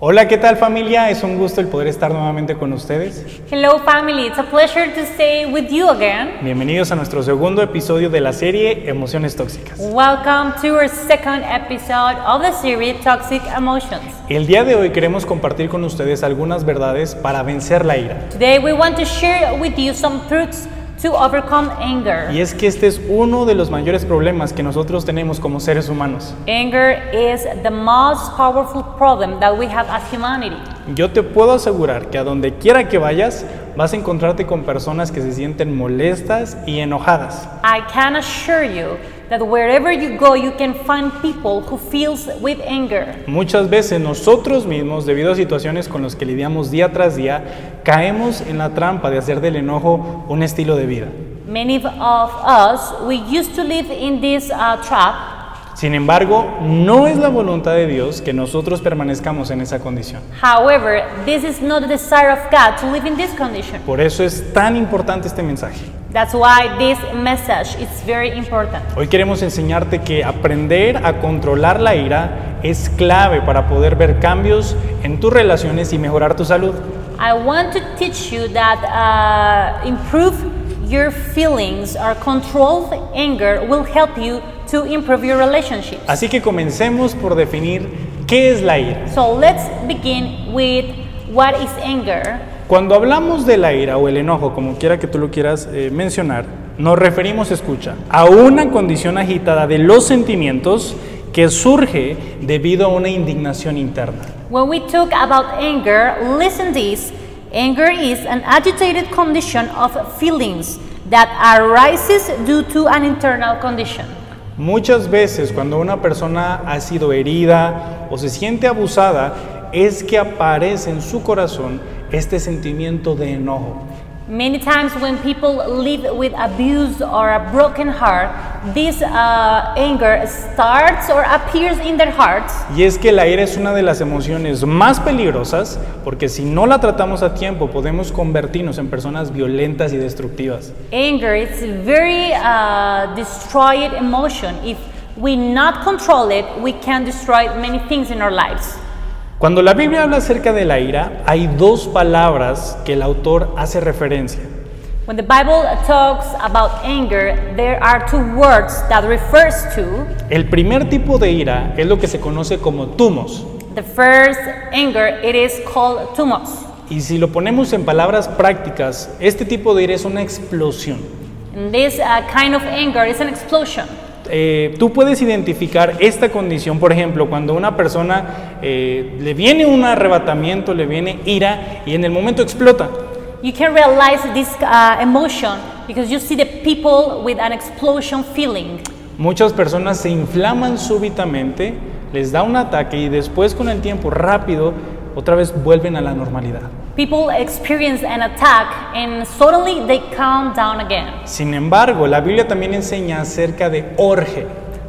Hola, ¿qué tal familia? Es un gusto el poder estar nuevamente con ustedes. Hello, family. It's a pleasure to stay with you again. Bienvenidos a nuestro segundo episodio de la serie Emociones Tóxicas. Welcome to our second episode of the series Toxic Emotions. El día de hoy queremos compartir con ustedes algunas verdades para vencer la ira. Today, we want to share with you some truths to overcome anger. Y es que este es uno de los mayores problemas que nosotros tenemos como seres humanos. Anger is the most powerful problem that we have as humanity. Yo te puedo asegurar que a donde quiera que vayas, vas a encontrarte con personas que se sienten molestas y enojadas. I can assure you that wherever you go, you can find people who feels with anger. Muchas veces nosotros mismos, debido a situaciones con las que lidiamos día tras día, caemos en la trampa de hacer del enojo un estilo de vida. Many of us, we used to live in this uh, trap Sin embargo, no es la voluntad de Dios que nosotros permanezcamos en esa condición. However, this is not the desire of God to live in this condition. Por eso es tan importante este mensaje. That's why this message is very important. Hoy queremos enseñarte que aprender a controlar la ira es clave para poder ver cambios en tus relaciones y mejorar tu salud. I want to teach you that uh, improve your feelings or controlled anger will help you to improve your relationships. Así que comencemos por definir qué es la ira. So let's begin with what is anger. Cuando hablamos de la ira o el enojo, como quiera que tú lo quieras eh, mencionar, nos referimos, escucha, a una condición agitada de los sentimientos que surge debido a una indignación interna. When we talk about anger, listen this. Anger is an agitated condition of feelings that arises due to an internal condition. Muchas veces cuando una persona ha sido herida o se siente abusada, es que aparece en su corazón este sentimiento de enojo. Many times, when people live with abuse or a broken heart, this uh, anger starts or appears in their hearts. Y es que la ira es una de las emociones más peligrosas porque si no la tratamos a tiempo podemos convertirnos en personas violentas y destructivas. Anger is a very uh, destroyed emotion. If we not control it, we can destroy many things in our lives. Cuando la Biblia habla acerca de la ira, hay dos palabras que el autor hace referencia. When the Bible talks about anger, there are two words that refers to. El primer tipo de ira es lo que se conoce como tumos. The first anger, it is called tumos. Y si lo ponemos en palabras prácticas, este tipo de ira es una explosión. And this uh, kind of anger is an explosion. Eh, tú puedes identificar esta condición, por ejemplo, cuando a una persona eh, le viene un arrebatamiento, le viene ira y en el momento explota. You can realize this uh, emotion because you see the people with an explosion feeling. Muchas personas se inflaman súbitamente, les da un ataque y después con el tiempo rápido otra vez vuelven a la normalidad. People experience an attack and suddenly they calm down again. Sin embargo, la Biblia también enseña acerca de orge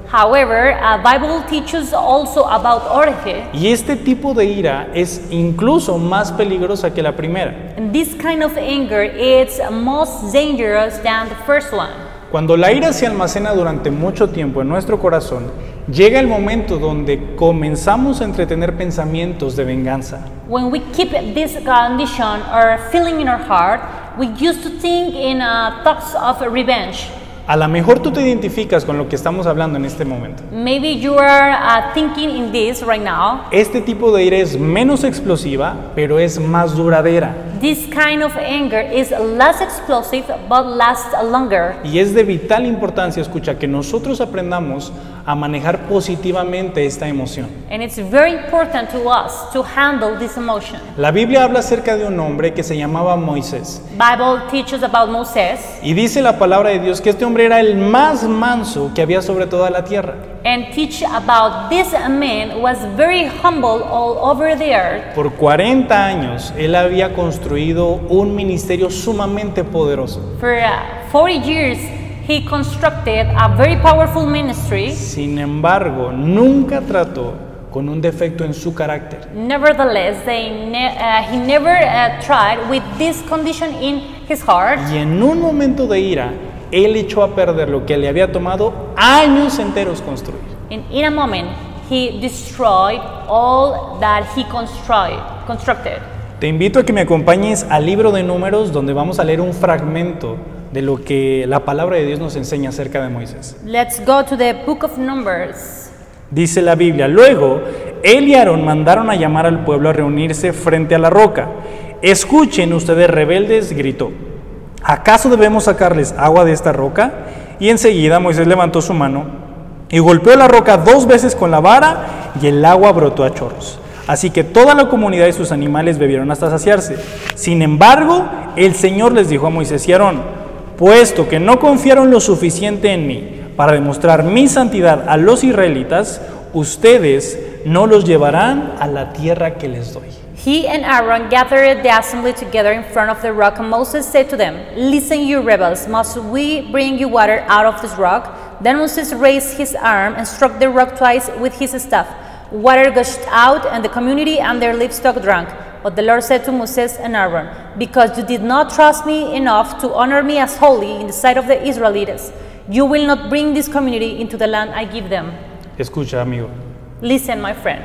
However, uh, Bible teaches also about orge. y este tipo de ira es incluso más peligrosa que la primera. And this kind of anger is most dangerous than the first one. Cuando la ira se almacena durante mucho tiempo en nuestro corazón, llega el momento donde comenzamos a entretener pensamientos de venganza. When we keep this condition or feeling in our heart, we used to think in uh, thoughts of revenge. A lo mejor tú te identificas con lo que estamos hablando en este momento. Maybe you are uh, thinking in this right now. Este tipo de ira es menos explosiva, pero es más duradera This kind of anger is less explosive but lasts longer. y es de vital importancia, escucha, que nosotros aprendamos a manejar positivamente esta emoción. And it's very important to us to handle this emotion. La Biblia habla acerca de un hombre que se llamaba Moisés Bible teaches about Moses y dice la palabra de Dios que este hombre era el más manso que había sobre toda la tierra. and teach about this man was very humble all over the earth. Por 40 años él había construido un ministerio sumamente poderoso. For uh, 40 years he constructed a very powerful ministry. Sin embargo, nunca trató con un defecto en su carácter. Nevertheless, they ne- uh, he never uh, tried with this condition in his heart. Y en un momento de ira, él echó a perder lo que le había tomado años enteros construir. And in a moment, he destroyed all that he construi- constructed. Te invito a que me acompañes al libro de números donde vamos a leer un fragmento de lo que la palabra de Dios nos enseña acerca de Moisés. Let's go to the book of Numbers. Dice la Biblia, luego él y Aarón mandaron a llamar al pueblo a reunirse frente a la roca. Escuchen ustedes rebeldes, gritó, ¿acaso debemos sacarles agua de esta roca? Y enseguida Moisés levantó su mano y golpeó la roca dos veces con la vara y el agua brotó a chorros. Así que toda la comunidad y sus animales bebieron hasta saciarse. Sin embargo, el Señor les dijo a Moisés y Aarón, puesto que no confiaron lo suficiente en mí para demostrar mi santidad a los israelitas, ustedes no los llevarán a la tierra que les doy. He and Aaron gathered the assembly together in front of the rock, and Moses said to them, Listen, you rebels, must we bring you water out of this rock? Then Moses raised his arm and struck the rock twice with his staff. Water gushed out, and the community and their livestock drank. But the Lord said to Moses and Aaron, Because you did not trust me enough to honor me as holy in the sight of the Israelites, you will not bring this community into the land I give them. Escucha, amigo. Listen, my friend.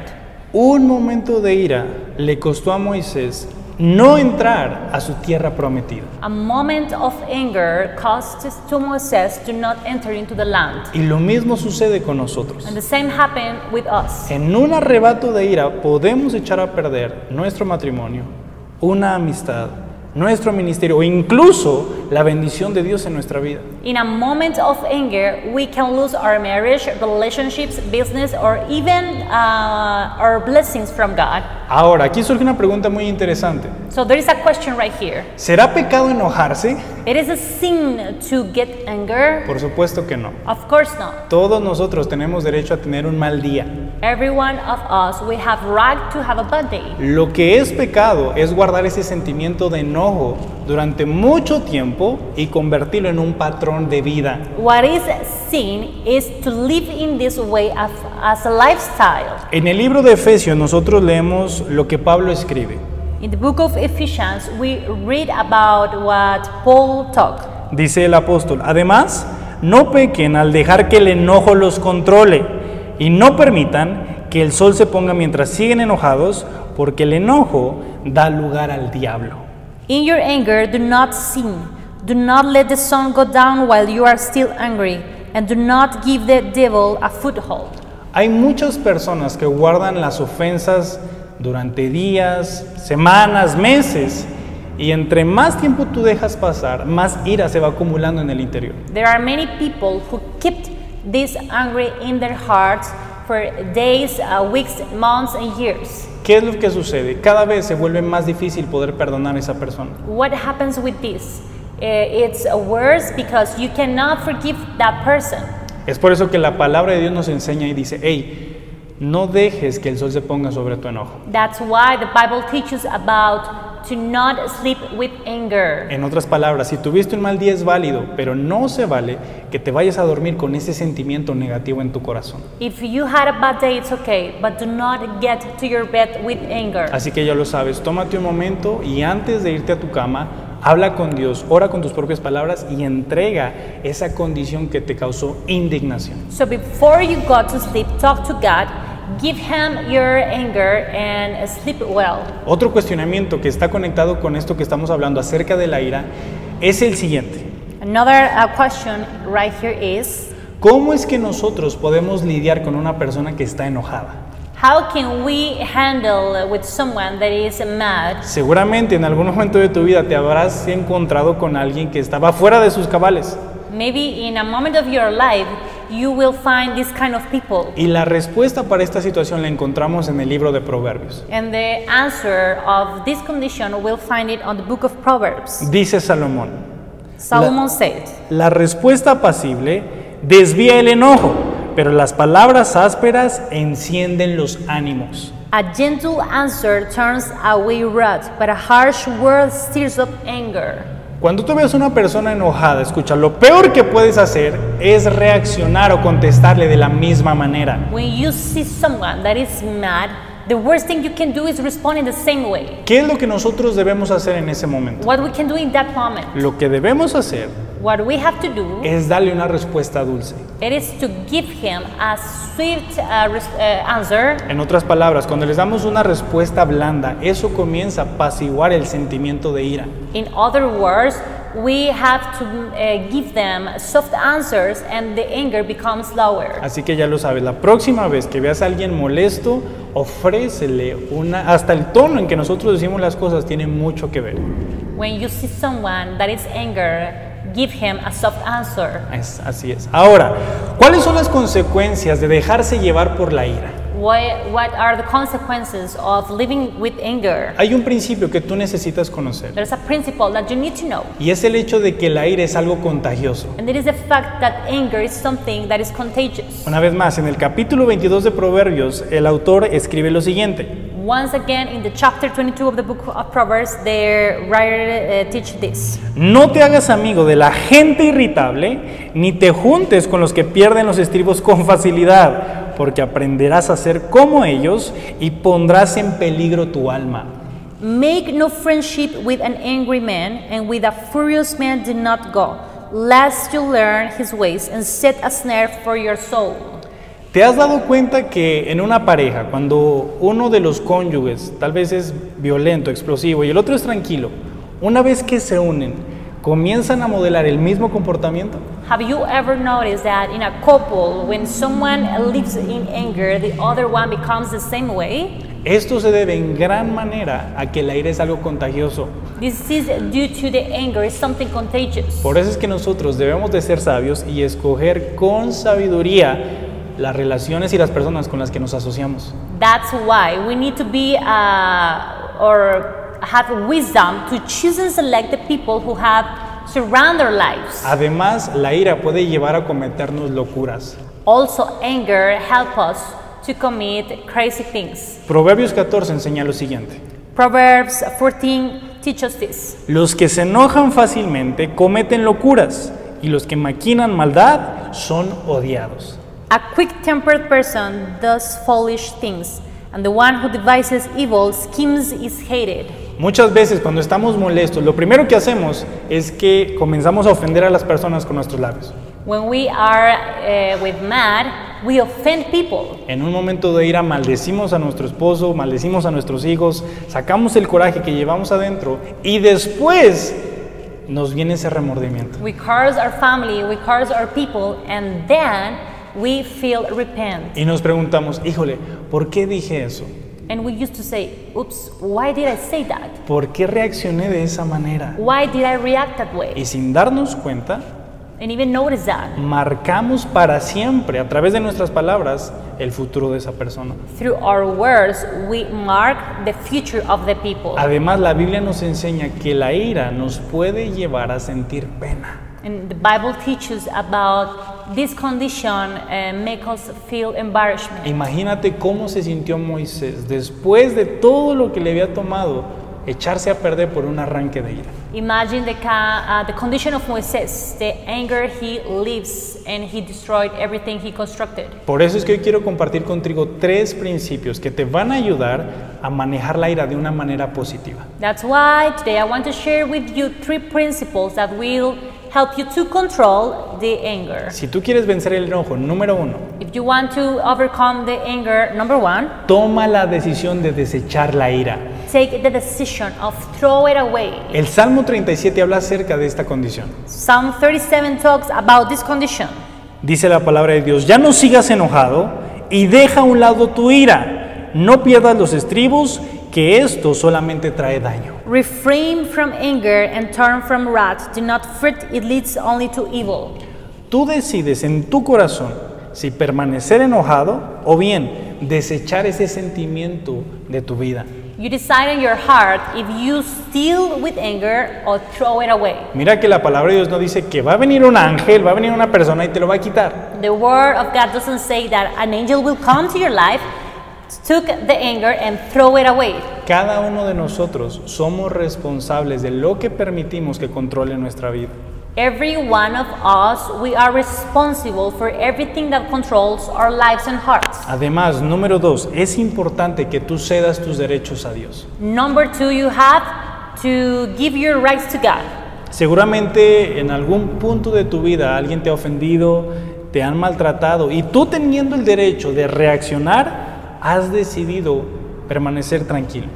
Un momento de ira le costó a Moisés no entrar a su tierra prometida. A moment of anger caused to Moses to not enter into the land. Y lo mismo sucede con nosotros. And the same happened with us. En un arrebato de ira podemos echar a perder nuestro matrimonio, una amistad, nuestro ministerio o incluso la bendición de Dios en nuestra vida. In a moment of anger, we can lose our marriage, relationships, business, or even uh, our blessings from God. Ahora, aquí surge una pregunta muy interesante. So there is a question right here. ¿Será pecado enojarse? It is a sin to get anger? Por supuesto que no. Of course not. Todos nosotros tenemos derecho a tener un mal día. Every one of us, we have right to have a bad day. Lo que es pecado es guardar ese sentimiento de enojo durante mucho tiempo y convertirlo en un patrón de vida. What is sin is to live in this way of, as a lifestyle. En el libro de Efesios nosotros leemos lo que Pablo escribe. In the book of Ephesians, we read about what Paul taught. Dice el apóstol, además, no pequen al dejar que el enojo los controle y no permitan que el sol se ponga mientras siguen enojados, porque el enojo da lugar al diablo. In your anger, do not sin. Do not let the sun go down while you are still angry, and do not give the devil a foothold. Hay muchas personas que guardan las ofensas durante días, semanas, meses, y entre más tiempo tú dejas pasar, más ira se va acumulando en el interior. There are many people who kept this anger in their hearts for days, uh, weeks, months, and years. ¿Qué es lo que sucede? Cada vez se vuelve más difícil poder perdonar a esa persona. What happens with this? Eh, It's worse because you cannot forgive that person. Es por eso que la palabra de Dios nos enseña y dice, hey, no dejes que el sol se ponga sobre tu enojo. That's why the Bible teaches about to not sleep with anger. En otras palabras, si tuviste un mal día es válido, pero no se vale que te vayas a dormir con ese sentimiento negativo en tu corazón. If you had a bad day, it's okay, but do not get to your bed with anger. Así que ya lo sabes, tómate un momento y antes de irte a tu cama, habla con Dios, ora con tus propias palabras y entrega esa condición que te causó indignación. So before you go to sleep, talk to God, give Him your anger, and sleep well. Otro cuestionamiento que está conectado con esto que estamos hablando acerca de la ira es el siguiente. Another uh, question right here is ¿Cómo es que nosotros podemos lidiar con una persona que está enojada? How can we handle with someone that is mad? Seguramente en algún momento de tu vida te habrás encontrado con alguien que estaba fuera de sus cabales. Maybe in a moment of your life, you will find this kind of people. Y la respuesta para esta situación la encontramos en el libro de Proverbios. And the answer of this condition, we'll find it on the book of Proverbs. Dice Salomón, Solomon said, la respuesta apacible desvía el enojo, pero las palabras ásperas encienden los ánimos. A gentle answer turns away wrath, but a harsh word stirs up anger. Cuando tú veas a una persona enojada, escucha, lo peor que puedes hacer es reaccionar o contestarle de la misma manera. When you see someone that is mad, the worst thing you can do is respond in the same way. ¿Qué es lo que nosotros debemos hacer en ese momento? What we can do in that moment, Lo que debemos hacer What we have to do es darle una respuesta dulce. it is to give him a swift uh, res- uh, answer. En otras palabras, cuando les damos una respuesta blanda, eso comienza a apaciguar el sentimiento de ira. In other words, we have to uh, give them soft answers and the anger becomes lower. Así que ya lo sabes, la próxima vez que veas a alguien molesto, ofrécele una... Hasta el tono en que nosotros decimos las cosas tiene mucho que ver. When you see someone that is anger, give him a soft answer. Es- así es. Ahora, ¿cuáles son las consecuencias de dejarse llevar por la ira? What, what are the consequences of living with anger? Hay un principio que tú necesitas conocer There's a principle that you need to know, y es el hecho de que la ira es algo contagioso. and it is the fact that anger is something that is contagious. Una vez más, en el capítulo 22 de Proverbios, el autor escribe lo siguiente. Once again, in the chapter 22 of the book of Proverbs, the writer uh, teach this. No te hagas amigo de la gente irritable, ni te juntes con los que pierden los estribos con facilidad, porque aprenderás a ser como ellos y pondrás en peligro tu alma. Make no friendship with an angry man, and with a furious man do not go, lest you learn his ways and set a snare for your soul. ¿Te has dado cuenta que en una pareja, cuando uno de los cónyuges tal vez es violento, explosivo y el otro es tranquilo, una vez que se unen, comienzan a modelar el mismo comportamiento? Have you ever noticed that in a couple, when someone lives in anger, the other one becomes the same way? Esto se debe en gran manera a que el aire es algo contagioso. This is due to the anger, it's something contagious. Por eso es que nosotros debemos de ser sabios y escoger con sabiduría las relaciones y las personas con las que nos asociamos. That's why we need to be uh, or have wisdom to choose and select the people who have surround our lives. Además, la ira puede llevar a cometernos locuras. Also, anger help us to commit crazy things. Proverbios 14 enseña lo siguiente. Proverbs 14 teaches us this. Los que se enojan fácilmente cometen locuras y los que maquinan maldad son odiados. A quick-tempered person does foolish things, and the one who devises evil schemes is hated. Muchas veces cuando estamos molestos, lo primero que hacemos es que comenzamos a ofender a las personas con nuestros labios. When we are uh, with mad, we offend people. En un momento de ira maldecimos a nuestro esposo, maldecimos a nuestros hijos, sacamos el coraje que llevamos adentro y después nos viene ese remordimiento. We curse our family, we curse our people, and then we feel repent. Y nos preguntamos, híjole, ¿por qué dije eso? And we used to say, oops, why did I say that? ¿Por qué reaccioné de esa manera? Why did I react that way? Y sin darnos cuenta, And even notice that. marcamos para siempre, a través de nuestras palabras, el futuro de esa persona. Through our words, we mark the future of the people. Además, la Biblia nos enseña que la ira nos puede llevar a sentir pena. And the Bible teaches about this condition uh, make us feel embarrassment. Imagínate cómo se sintió Moisés después de todo lo que le había tomado echarse a perder por un arranque de ira. Imagine the, ca- uh, the condition of Moses, the anger he lives, and he destroyed everything he constructed. Por eso es que hoy quiero compartir contigo tres principios que te van a ayudar a manejar la ira de una manera positiva. That's why today I want to share with you three principles that will help you to control the anger. Si tú quieres vencer el enojo, número uno, If you want to overcome the anger, number one, toma la decisión de desechar la ira. take the decision of throw it away. El Salmo 37 habla acerca de esta condición. Psalm 37 talks about this condition. Dice la palabra de Dios, ya no sigas enojado y deja a un lado tu ira. No pierdas los estribos, que esto solamente trae daño. Refrain from anger and turn from wrath. Do not fret, it leads only to evil. Tú decides en tu corazón si permanecer enojado o bien desechar ese sentimiento de tu vida. You decide in your heart if you steal with anger or throw it away. Mira que la palabra de Dios no dice que va a venir un ángel, va a venir una persona y te lo va a quitar. The word of God doesn't say that an angel will come to your life, took the anger and throw it away. Cada uno de nosotros somos responsables de lo que permitimos que controle nuestra vida. Every one of us, we are responsible for everything that controls our lives and hearts. Además, número dos, es importante que tú cedas tus derechos a Dios. Number two, you have to give your rights to God. Seguramente en algún punto de tu vida alguien te ha ofendido, te han maltratado y tú teniendo el derecho de reaccionar, has decidido permanecer tranquilo.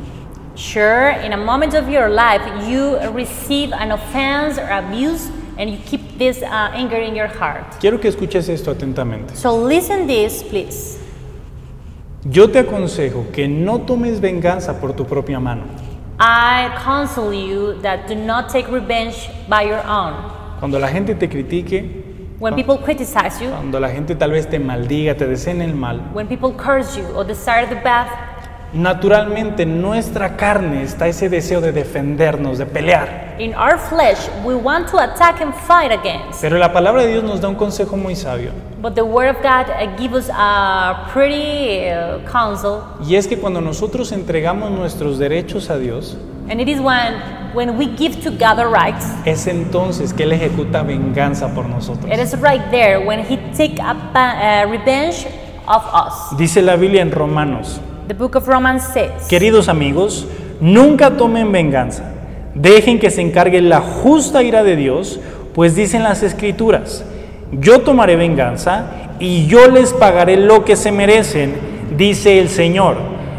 Sure, in a moment of your life, you receive an offense or abuse, and you keep this uh, anger in your heart. Quiero que escuches esto atentamente. So listen this, please. Yo te aconsejo que no tomes venganza por tu propia mano. I counsel you that do not take revenge by your own. Cuando la gente te critique, When people criticize you, cuando la gente tal vez te maldiga, te deseen el mal, when people curse you or desire the bad, naturalmente en nuestra carne está ese deseo de defendernos, de pelear. in our flesh we want to attack and fight against. Pero la palabra de Dios nos da un consejo muy sabio. But the Word of God uh, gives us a pretty uh, counsel, Y es que cuando nosotros entregamos nuestros derechos a Dios, and it is when when we give to God our rights. es entonces que Él ejecuta venganza por nosotros. It is right there when he take up uh, revenge of us. Dice la Biblia en Romanos, The book of Romans says, queridos amigos, nunca tomen venganza, dejen que se encargue la justa ira de Dios, pues dicen las escrituras, yo tomaré venganza y yo les pagaré lo que se merecen, dice el Señor.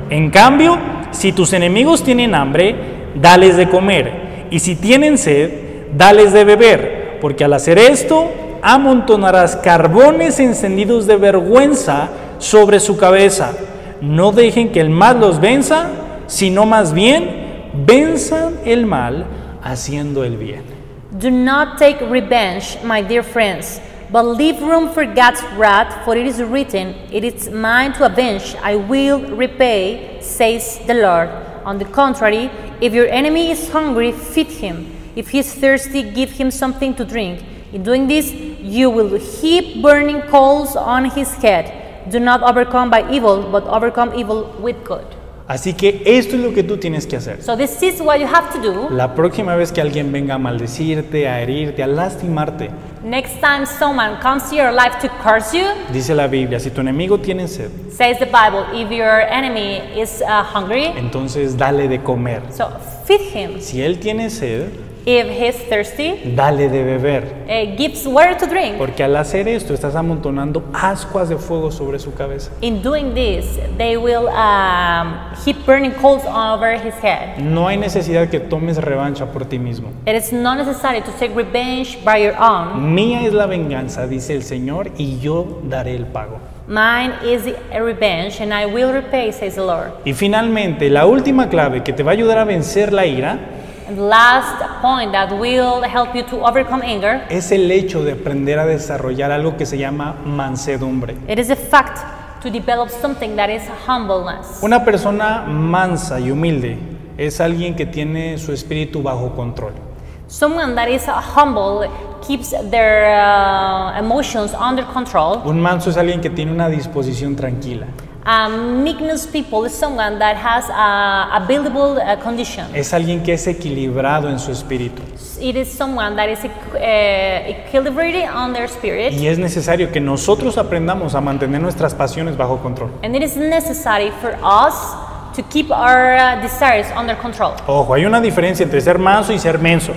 En cambio, si tus enemigos tienen hambre, dales de comer, y si tienen sed, dales de beber, porque al hacer esto, amontonarás carbones encendidos de vergüenza sobre su cabeza. No dejen que el mal los venza, sino más bien venzan el mal haciendo el bien. Do not take revenge, my dear friends, but leave room for God's wrath, for it is written, It is mine to avenge, I will repay, says the Lord. On the contrary, if your enemy is hungry, feed him. If he is thirsty, give him something to drink. In doing this, you will heap burning coals on his head. Do not overcome by evil, but overcome evil with good. Así que esto es lo que tú tienes que hacer. So, this is what you have to do. La próxima vez que alguien venga a maldecirte, a herirte, a lastimarte, Next time someone comes to your life to curse you, dice la Biblia, si tu enemigo tiene sed, Says the Bible, if your enemy is uh, hungry, entonces dale de comer. so feed him. Si él tiene sed, If he's thirsty, dale de beber, uh, gives water to drink. porque al hacer esto estás amontonando ascuas de fuego sobre su cabeza. In doing this, they will um, heap burning coals over his head. No hay necesidad que tomes revancha por ti mismo. It is not necessary to take revenge by your own. Mía es la venganza, dice el Señor, y yo daré el pago. Mine is a revenge, and I will repay, says the Lord. Y finalmente, la última clave que te va a ayudar a vencer la ira And the last point that will help you to overcome anger, es el hecho de aprender a desarrollar algo que se llama mansedumbre. it is a fact to develop something that is humbleness. Una persona mansa y humilde es alguien que tiene su espíritu bajo control. Someone that is uh, humble keeps their uh, emotions under control. Un manso es alguien que tiene una disposición tranquila. Um, meekness people is someone that has uh, a buildable uh, condition. Es alguien que es equilibrado en su espíritu. It is someone that is equ- uh, equilibrated on their spirit, Y es necesario que nosotros aprendamos a mantener nuestras pasiones bajo control. and it is necessary for us to keep our uh, desires under control. Ojo, hay una diferencia entre ser manso y ser menso.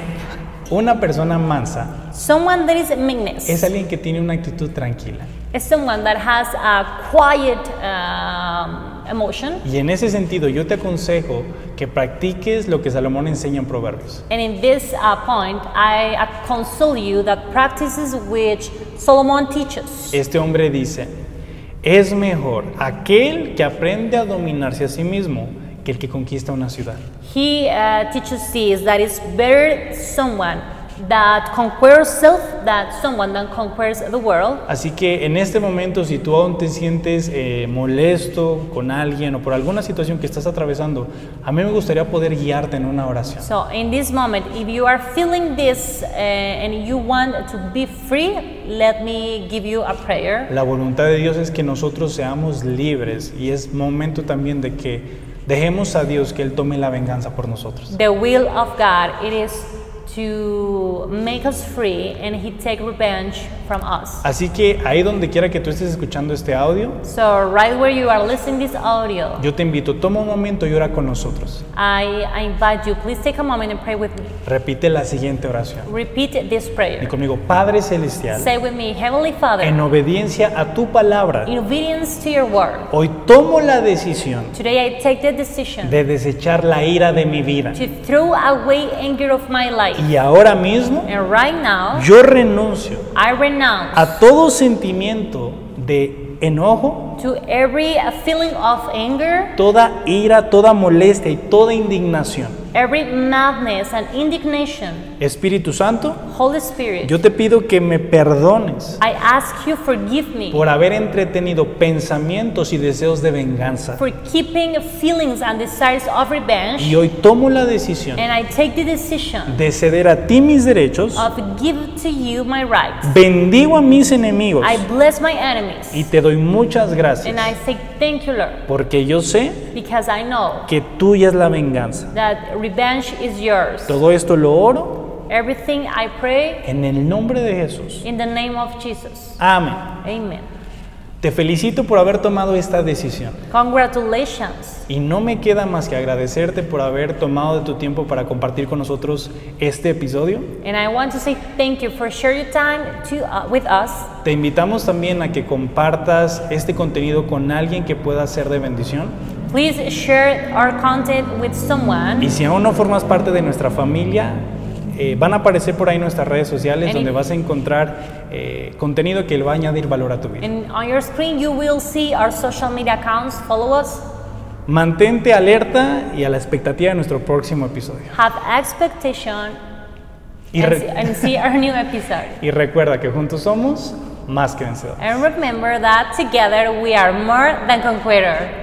Una persona mansa Someone that is meekness es alguien que tiene una actitud tranquila. is someone that has a quiet um, emotion. Y en ese sentido yo te aconsejo que practiques lo que Salomón enseña en Proverbios. And in this uh, point, I uh, console you that practices which Solomon teaches. Este hombre dice, es mejor aquel que aprende a dominarse a sí mismo que el que conquista una ciudad. He uh, teaches this that it's better someone that conquers self than someone that conquers the world. Así que en este momento, si tú aún te sientes eh, molesto con alguien o por alguna situación que estás atravesando, a mí me gustaría poder guiarte en una oración. So, in this moment, if you are feeling this uh, and you want to be free, let me give you a prayer. La voluntad de Dios es que nosotros seamos libres y es momento también de que dejemos a Dios que Él tome la venganza por nosotros. The will of God it is to make us free and he take revenge from us. Así que ahí donde quiera que tú estés escuchando este audio, So right where you are listening this audio, yo te invito, toma un momento y ora con nosotros. I, I invite you, please take a moment and pray with me. Repite la siguiente oración. Repeat this Y prayer. conmigo, Padre Celestial, Say with me, Heavenly en Father, obediencia a tu palabra, in obedience to your word, hoy tomo la decisión today I take the decision de desechar la ira de mi vida. to throw away anger of my life. Y ahora mismo And right now, yo renuncio I renounce a todo sentimiento de enojo, to every uh, feeling of anger, toda ira, toda molestia y toda indignación. every madness and indignation. Espíritu Santo, Holy Spirit, yo te pido que me perdones I ask you forgive me por haber entretenido pensamientos y deseos de venganza. for keeping feelings and desires of revenge Y hoy tomo la decisión and I take the decision de ceder a ti mis derechos, of give to you my rights. bendigo a mis enemigos I bless my y enemies te doy muchas and I gracias, say thank you Lord porque yo sé because I know que tuya es la venganza. that revenge is yours. Todo esto lo oro Everything I pray en el nombre de Jesús. in the name of Jesus. Amén. Amen. Te felicito por haber tomado esta decisión Congratulations. y no me queda más que agradecerte por haber tomado de tu tiempo para compartir con nosotros este episodio. And I want to say thank you for sharing your time to, uh, with us. Te invitamos también a que compartas este contenido con alguien que pueda ser de bendición. Please share our content with someone. Y si aún no formas parte de nuestra familia, eh, van a aparecer por ahí nuestras redes sociales Any- donde vas a encontrar eh, contenido que le va a añadir valor a tu vida. And on your screen, you will see our social media accounts. Follow us. Mantente alerta y a la expectativa de nuestro próximo episodio. Have expectation Y, and, re- see, and see our new episode. y recuerda que juntos somos más que vencedores. And remember that together we are more than conquerors.